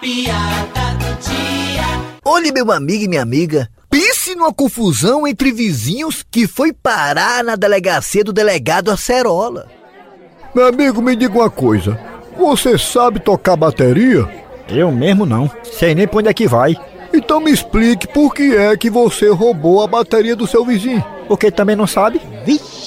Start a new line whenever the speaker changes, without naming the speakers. piada do dia.
Olhe, meu amigo e minha amiga, pense numa confusão entre vizinhos que foi parar na delegacia do delegado Acerola.
Meu amigo, me diga uma coisa. Você sabe tocar bateria?
Eu mesmo não. Sei nem pra onde é que vai.
Então me explique por que é que você roubou a bateria do seu vizinho.
Porque também não sabe. Vixe!